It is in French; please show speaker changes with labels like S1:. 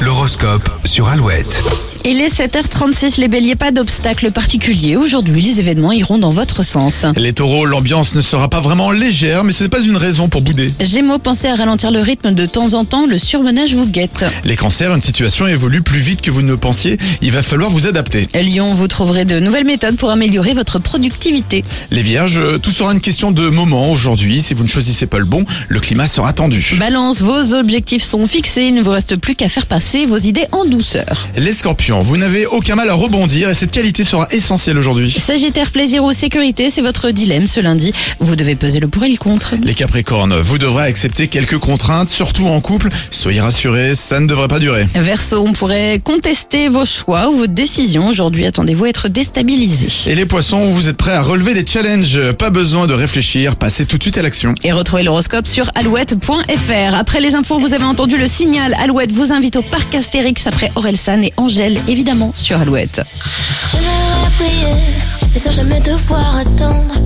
S1: L'horoscope sur Alouette.
S2: Il est 7h36, les béliers, pas d'obstacle particulier. Aujourd'hui, les événements iront dans votre sens.
S3: Les taureaux, l'ambiance ne sera pas vraiment légère, mais ce n'est pas une raison pour bouder.
S2: Gémeaux, pensez à ralentir le rythme de temps en temps, le surmenage vous guette.
S3: Les cancers, une situation évolue plus vite que vous ne pensiez, il va falloir vous adapter.
S2: Lyon, vous trouverez de nouvelles méthodes pour améliorer votre productivité.
S3: Les vierges, euh, tout sera une question de moment aujourd'hui, si vous ne choisissez pas le bon, le climat sera tendu.
S2: Balance, vos objectifs sont fixés, il ne vous reste plus qu'à faire passer vos idées en douceur.
S3: Les scorpions, vous n'avez aucun mal à rebondir et cette qualité sera essentielle aujourd'hui.
S2: Sagittaire, plaisir ou sécurité, c'est votre dilemme ce lundi. Vous devez peser le pour et le contre.
S3: Les capricornes, vous devrez accepter quelques contraintes, surtout en couple, soyez rassurés, ça ne devrait pas durer.
S2: Verseau, on pourrait contester vos choix ou vos décisions. Aujourd'hui, attendez-vous à être déstabilisé.
S3: Et les poissons, vous êtes prêts à relever des challenges, pas besoin de réfléchir, passez tout de suite à l'action.
S2: Et retrouvez l'horoscope sur alouette.fr. Après les infos, vous avez entendu le signal. Alouette vous invite au parc Astérix après Orelsan et Angèle, évidemment sur Alouette.
S4: J'aimerais prier, mais sans jamais devoir attendre.